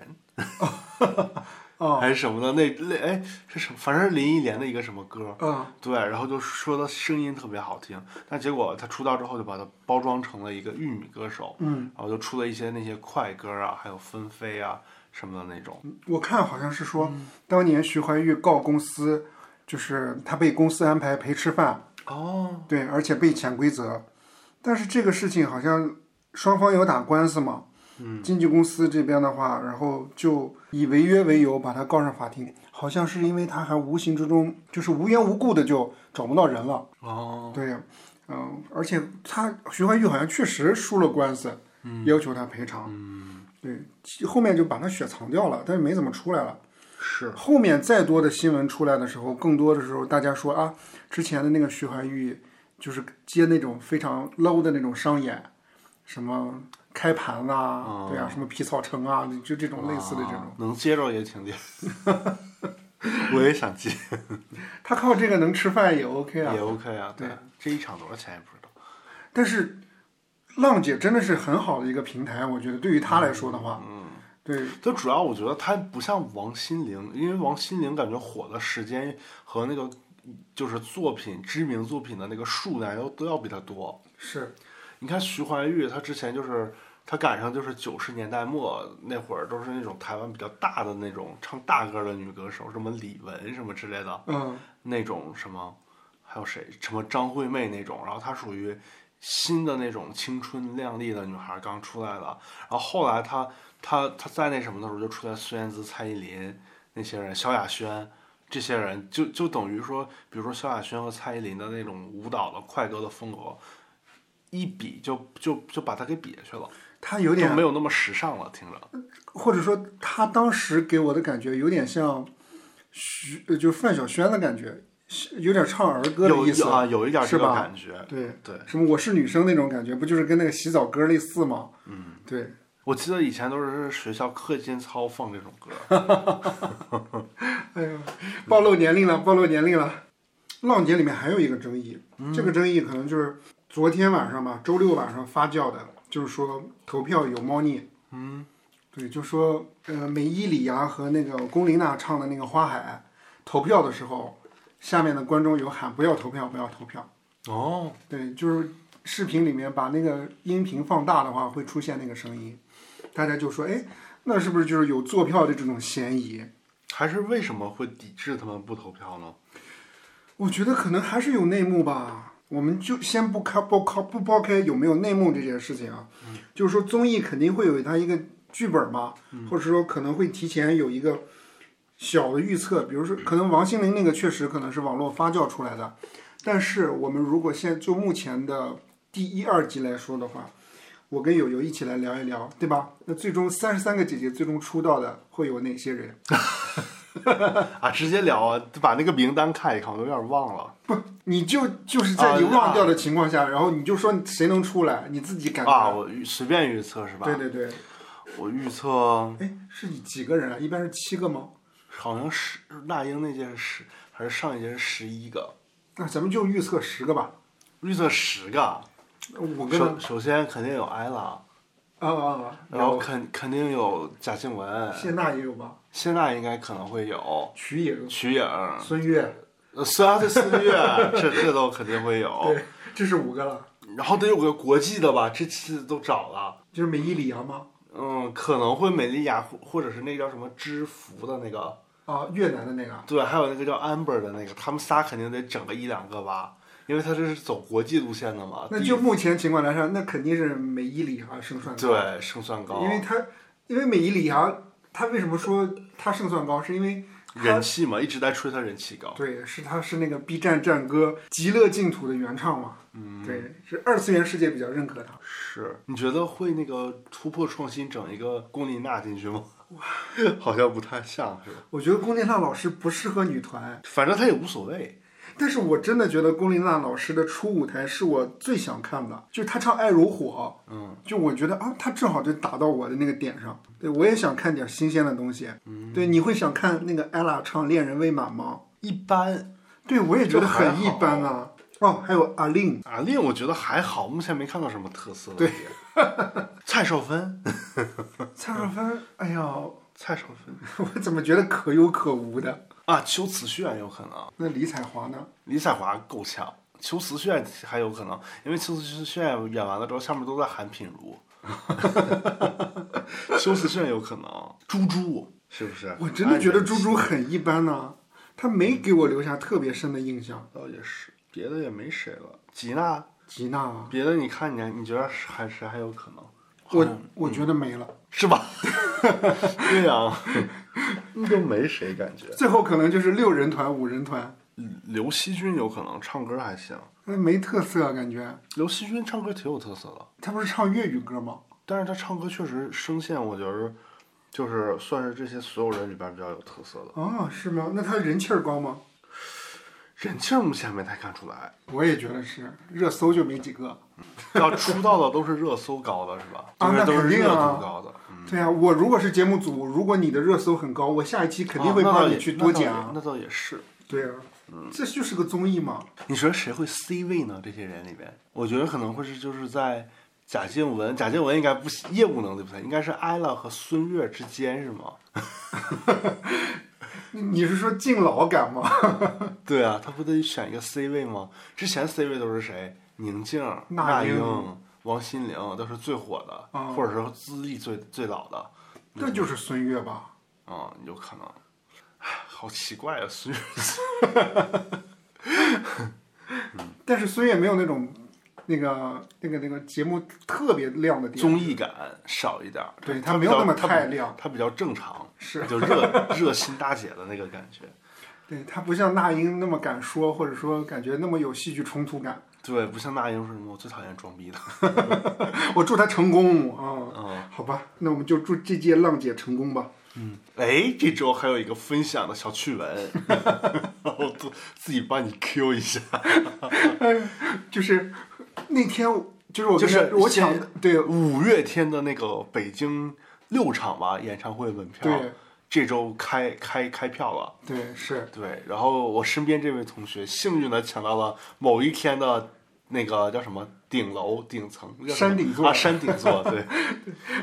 哦，还是什么的，那那哎是什么？反正是林忆莲的一个什么歌，嗯，对，然后就说他声音特别好听，但结果他出道之后就把他包装成了一个玉米歌手，嗯，然后就出了一些那些快歌啊，还有纷飞啊什么的那种，我看好像是说，当年徐怀钰告公司，就是他被公司安排陪吃饭，哦，对，而且被潜规则。但是这个事情好像双方有打官司嘛，嗯，经纪公司这边的话，然后就以违约为由把他告上法庭，好像是因为他还无形之中就是无缘无故的就找不到人了，哦，对，嗯、而且他徐怀钰好像确实输了官司，要求他赔偿，嗯，对，其后面就把他雪藏掉了，但是没怎么出来了。是，后面再多的新闻出来的时候，更多的时候大家说啊，之前的那个徐怀钰就是接那种非常 low 的那种商演，什么开盘啦、对啊，什么皮草城啊，就这种类似的这种，啊能接着也挺厉 害，我也想接，他靠这个能吃饭也 OK 啊也。OK 啊，对，这一场多少钱也不知道，但是浪姐真的是很好的一个平台，我觉得对于她来说的话，嗯，对，就主要我觉得他不像王心凌，因为王心凌感觉火的时间和那个就是作品知名作品的那个数量都都要比他多，是，你看徐怀钰，她之前就是她赶上就是九十年代末那会儿，都是那种台湾比较大的那种唱大歌的女歌手，什么李玟什么之类的嗯，那种什么，还有谁什么张惠妹那种，然后她属于新的那种青春靓丽的女孩刚出来的，然后后来她她她在那什么的时候就出来孙燕姿、蔡依林那些人，萧亚轩。这些人就就等于说，比如说萧亚轩和蔡依林的那种舞蹈的快歌的风格，一比就就就把他给比下去了。他有就点没有那么时尚了，听着。或者说他当时给我的感觉有点像徐，呃就是范晓萱的感觉，有点唱儿歌的有意思有啊，有一点是这个吧感觉。对对，什么我是女生那种感觉，不就是跟那个洗澡歌类似吗？嗯，对，我记得以前都是学校课间操放这种歌。哎呦， 暴露年龄了，暴露年龄了。浪姐里面还有一个争议，这个争议可能就是昨天晚上吧，周六晚上发酵的，就是说投票有猫腻。嗯，对，就说呃，梅伊里芽和那个龚琳娜唱的那个《花海》，投票的时候，下面的观众有喊不要投票，不要投票。哦，对，就是视频里面把那个音频放大的话，会出现那个声音，大家就说，哎，那是不是就是有坐票的这种嫌疑？还是为什么会抵制他们不投票呢？我觉得可能还是有内幕吧。我们就先不开不开不抛开有没有内幕这件事情啊，就是说综艺肯定会有它一个剧本嘛，或者说可能会提前有一个小的预测，比如说可能王心凌那个确实可能是网络发酵出来的，但是我们如果现就目前的第一二集来说的话，我跟友友一起来聊一聊，对吧？那最终三十三个姐姐最终出道的会有哪些人？啊，直接聊啊，把那个名单看一看，我都有点忘了不，你就就是啊在你忘掉的情况下，然后你就说谁能出来，你自己感觉。啊。我预随便预测是吧？对对对，我预测哎，是几个人啊？一般是七个吗？好像十那英那届是十，还是上一届是十一个，那咱们就预测十个吧。预测十个。我跟首首先肯定有艾拉，啊啊，然后肯肯定有贾静雯，谢娜也有吧？谢娜应该可能会有，曲也有，瞿颖，呃孙悦，虽然是四月，这这都肯定会有。对，这是五个了。然后得有个国际的吧，这次都找了。就是美伊里昂吗？嗯，可能会美丽雅，或或者是那个叫什么知福的那个，啊，越南的那个。对，还有那个叫 Amber 的那个，他们仨肯定得整个一两个吧，因为他这是走国际路线的嘛。那啊第就目前情况来说，那肯定是美伊里昂胜算高。对胜算高，因为他，因为美伊里昂，他为什么说他胜算高？是因为人气嘛，一直在吹他人气高。对，是他是那个 B 站战歌《极乐净土》的原唱嘛？嗯，对，是二次元世界比较认可他。是，你觉得会那个突破创新整一个龚琳娜进去吗？ 好像不太像是吧？我觉得龚琳娜老师不适合女团，反正他也无所谓。但是我真的觉得龚琳娜老师的初舞台是我最想看的，就是她唱《爱如火》，嗯，就我觉得啊，她正好就打到我的那个点上。对，我也想看点新鲜的东西。嗯，对，你会想看那个 ella 唱《恋人未满》吗？一般对，我也觉得就还很一般啊。哦，还有阿令，啊，令我觉得还好，目前没看到什么特色的。对， 蔡少芬，蔡少芬，哎呀，蔡少芬 我怎么觉得可有可无的？啊，秋瓷炫有可能，那李彩华呢？李彩华够呛，秋瓷炫还有可能，因为秋瓷炫演完了之后，下面都在喊品如， 秋瓷炫有可能，猪猪是不是？我真的觉得安猪猪很一般呐、啊他没给我留下特别深的印象。倒哦也是，别的也没谁了。吉娜，吉娜，啊别的你看你你觉得是还是还有可能我嗯我觉得没了，是吧？对 呀、都没谁感觉。最后可能就是六人团、五人团，刘惜君有可能唱歌还行，那没特色啊感觉。刘惜君唱歌挺有特色的，他不是唱粤语歌吗？但是她唱歌确实声线，我觉得就是算是这些所有人里边比较有特色的。啊，是吗？那他人气儿高吗？人气儿目前没太看出来，我也觉得是，热搜就没几个。嗯要出道的都是热搜高的是 吧？啊那就是都是肯定热啊度高的。嗯对呀、我如果是节目组，如果你的热搜很高，我下一期肯定会啊那倒帮你也去那多倒也讲。那嗯倒也是。对呀、这就是个综艺嘛。你觉得谁会 C 位呢？这些人里面，我觉得可能会是就是在贾静雯，贾静雯应该不行业务能力不太，应该是艾拉和孙悦之间是吗？你你是说敬老感吗？嗯 对啊，他不得选一个 C 位吗？之前 C 位都是谁？宁静、那那英英、王心凌都是最火的，嗯或者说资历最最老的，那就是孙悦吧。嗯，有可能。唉好奇怪啊，孙悦但是孙悦没有那种那个那个那个节目特别亮的点，综艺感少一点儿，对他他没有那么太亮亮，他比较正常，是就 热热心大姐的那个感觉。对他不像那英那么敢说，或者说感觉那么有戏剧冲突感。 对，不像那英什么，我最讨厌装逼的。我祝他成功啊！哦好吧，那我们就祝这届浪姐成功吧。哎，这周还有一个分享的小趣 闻， 我自自己帮你 Q 一下。就是那天，就是我跟就是他我抢先的，对五月天的那个北京六场吧演唱会门票对，这周开开开票了。对是，对，然后我身边这位同学幸运的抢到了某一天的那个叫什么顶楼顶层叫什么山顶座啊，山顶座， 对，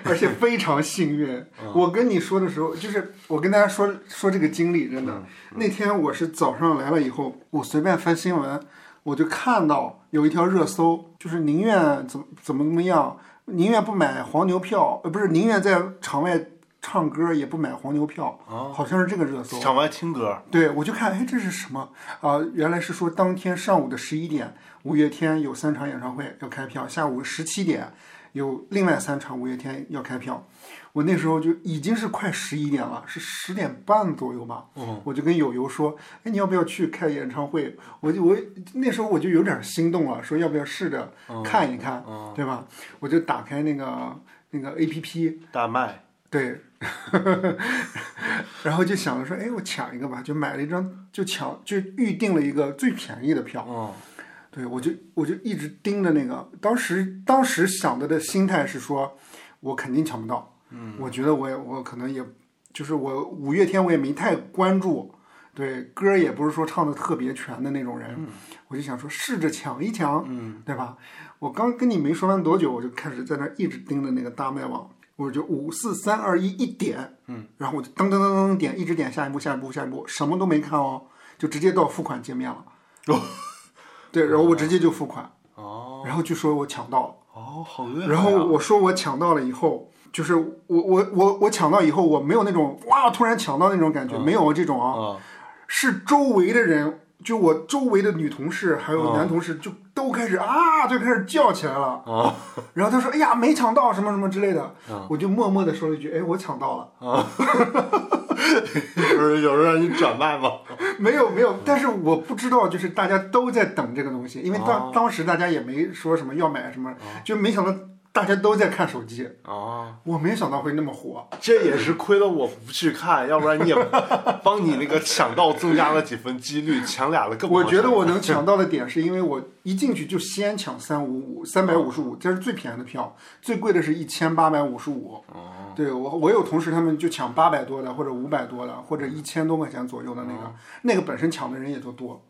而且非常幸运。我跟你说的时候，就是我跟大家说说这个经历，真的。那天我是早上来了以后，我随便翻新闻，我就看到有一条热搜，就是宁愿怎么怎么怎么样，宁愿不买黄牛票，呃，不是宁愿在场外唱歌也不买黄牛票，好像是这个热搜。场外听歌，对，我就看，哎，这是什么啊、原来是说当天上午的十一点，五月天有三场演唱会要开票，下午十七点有另外三场五月天要开票。我那时候就已经是快十一点了，是十点半左右吧。嗯，我就跟友友说，哎，你要不要去看演唱会？我就我那时候我就有点心动了，说要不要试着看一看，对吧？我就打开那个那个 A P P，大麦，对， 然后就想着说，哎，我抢一个吧，就买了一张，就抢，就预定了一个最便宜的票。嗯，对，我就我就一直盯着那个，当时当时想的的心态是说，我肯定抢不到。嗯，我觉得我也我可能也就是我五月天我也没太关注，对歌儿也不是说唱的特别全的那种人，我就想说试着抢一抢，嗯，对吧？我刚跟你没说完多久，我就开始在那儿一直盯着那个大麦网。我就五四三二一一点，嗯，然后我就噔噔噔噔点，一直点下一步下一步下一步，什么都没看哦，就直接到付款界面了。哦对，然后我直接就付款，哦然后就说我抢到了，哦，好饿、然后我说我抢到了以后，就是我我我我抢到以后，我没有那种哇突然抢到那种感觉，没有这种啊，啊，是周围的人，就我周围的女同事还有男同事就都开始啊就开始叫起来了，哦然后他说哎呀没抢到什么什么之类的，我就默默的说了一句哎我抢到了，有人有人让你转卖 吗？没有没有，但是我不知道，就是大家都在等这个东西，因为当、当时大家也没说什么要买什么，就没想到大家都在看手机，哦，我没想到会那么火。这也是亏了我不去看，要不然你也帮你那个抢到增加了几分几率，抢俩了更不好 我抢。觉得我能 抢到的点是因为我一进去就先抢三五五三百五哦十五，这是最便宜的票，最贵的是一千八百五十五。哦对我我有同事他们就抢八百多的或者五百多的或者一千多块钱左右的那哦个，那个本身抢的人也就多。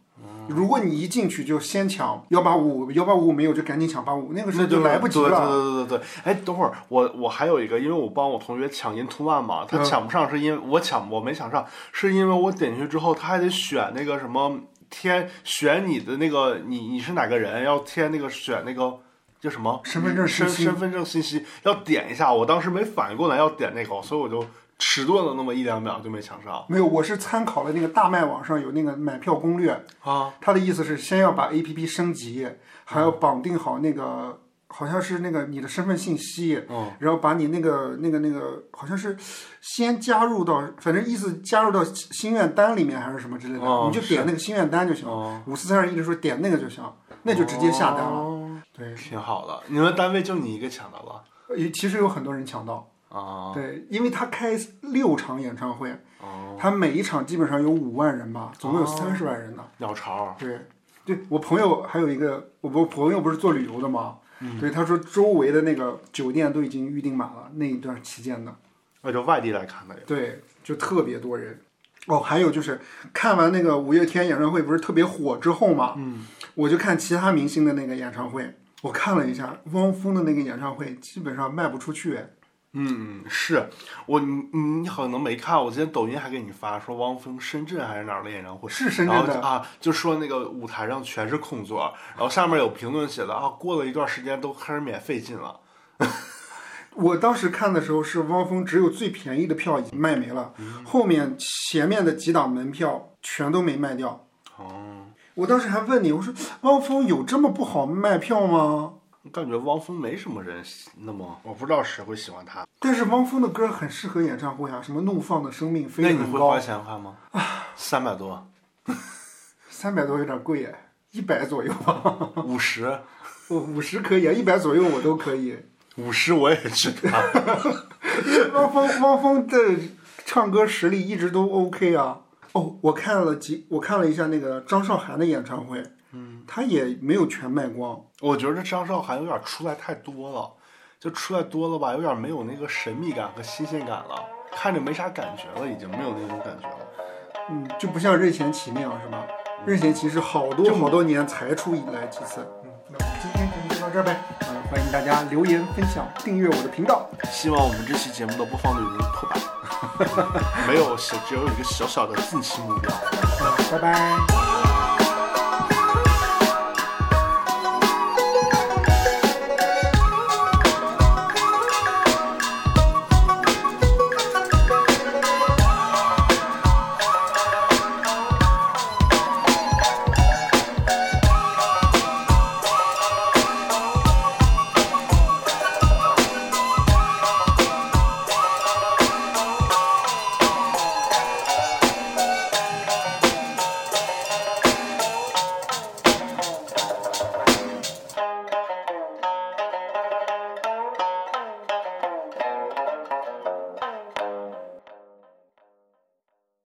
如果你一进去就先抢幺八五五，幺八五五没有就赶紧抢八五，那个时候那就来不及了。对对对对对，哎，等会儿我我还有一个，因为我帮我同学抢 Into One 嘛，嗯他抢不上是因为我抢我没抢上，是因为我点进去之后他还得选那个什么填选你的那个你你是哪个人，要填那个选那个。叫什么身份证信身息身份证信息要点一下，我当时没反应过来要点那个，所以我就迟钝了那么一两秒就没抢上没有，我是参考了那个大麦网上有那个买票攻略，啊。他的意思是先要把 A P P 升级，还要绑定好那个好像是那个你的身份信息，嗯然后把你那个那个那个好像是先加入到，反正意思加入到心愿单里面还是什么之类的，哦你就点那个心愿单就行哦。五四三二一的时候点那个就行，那就直接下单了。哦对，挺好的。你们单位就你一个抢到了也其实有很多人抢到。啊？对，因为他开六场演唱会，哦，他每一场基本上有五万人吧，总共有三十万人呢。鸟巢对，对我朋友还有一个，我不朋友不是做旅游的吗？对，他说周围的那个酒店都已经预定满了那一段期间的，那就外地来看的呀。对，就特别多人。哦，还有就是看完那个五月天演唱会不是特别火之后嘛，嗯，我就看其他明星的那个演唱会，我看了一下汪峰的那个演唱会，基本上卖不出去，嗯，是我你你你可能没看，我今天抖音还给你发说汪峰深圳还是哪儿的演唱会，是深圳然后的就啊，就说那个舞台上全是空座，然后下面有评论写的啊，过了一段时间都开始免费进了。我当时看的时候是汪峰只有最便宜的票已经卖没了，后面前面的几档门票全都没卖掉。哦，我当时还问你，我说汪峰有这么不好卖票吗？感觉汪峰没什么人喜那么，我不知道谁会喜欢他。但是汪峰的歌很适合演唱会啊，什么《怒放的生命》飞那得你很会高花，钱看吗？三百多。三百多有点贵哎。一百左右吧，五十，我五十可以啊，一百左右我都可以。五十我也知道。汪峰汪峰的唱歌实力一直都 OK 啊。哦，我看了几，我看了一下那个张韶涵的演唱会，嗯，他也没有全卖光。我觉得张韶涵有点出来太多了，就出来多了吧，有点没有那个神秘感和新鲜感了，看着没啥感觉了，已经没有那种感觉了。嗯，就不像任贤齐那样是吧？任贤齐是好多好多年才出来几次。嗯，那我们今天节目就到这儿呗。嗯，欢迎大家留言分享、订阅我的频道。希望我们这期节目的播放率能破 百，没有，只有一个小小的近期目标。嗯，拜拜。